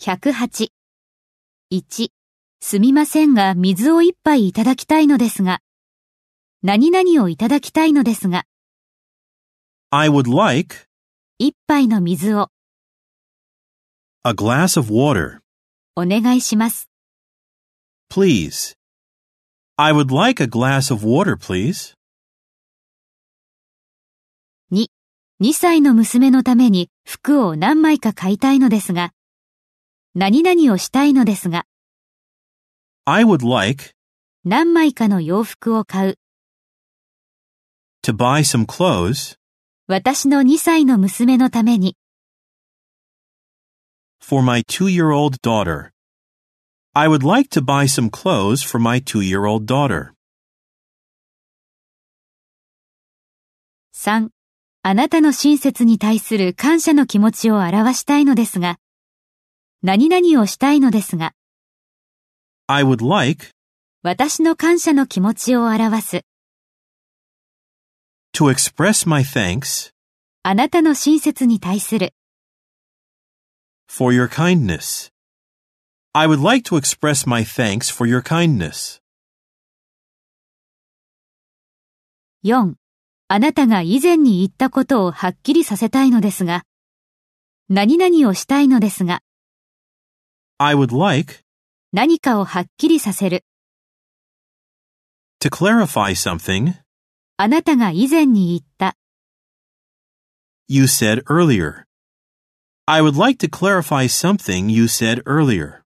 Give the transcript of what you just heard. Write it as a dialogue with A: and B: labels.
A: 108。1、すみませんが水を一杯いただきたいのですが、何々をいただきたいのですが、
B: I would like
A: 一杯の水を
B: a glass of water,
A: お願いします。
B: please. I would like a glass of water, please.
A: 2歳の娘のために服を何枚か買いたいのですが、何々をしたいのですが、
B: I would like
A: 何枚かの洋服を買う。
B: to buy some clothes
A: 私の2歳の娘のために、
B: for my two year old daughter. I would like to buy some clothes for my two year old daughter.
A: 3、あなたの親切に対する感謝の気持ちを表したいのですが、何々をしたいのですが、
B: I would like
A: 私の感謝の気持ちを表す。
B: to express my thanks
A: あなたの親切に対する。
B: for your kindness. I would like to express my thanks for your kindness.
A: 4、あなたが以前に言ったことをはっきりさせたいのですが、何々をしたいのですが、
B: I would like
A: 何かをはっきりさせる。
B: to clarify something
A: あなたが以前に言った。
B: you said earlier. I would like to clarify something you said earlier.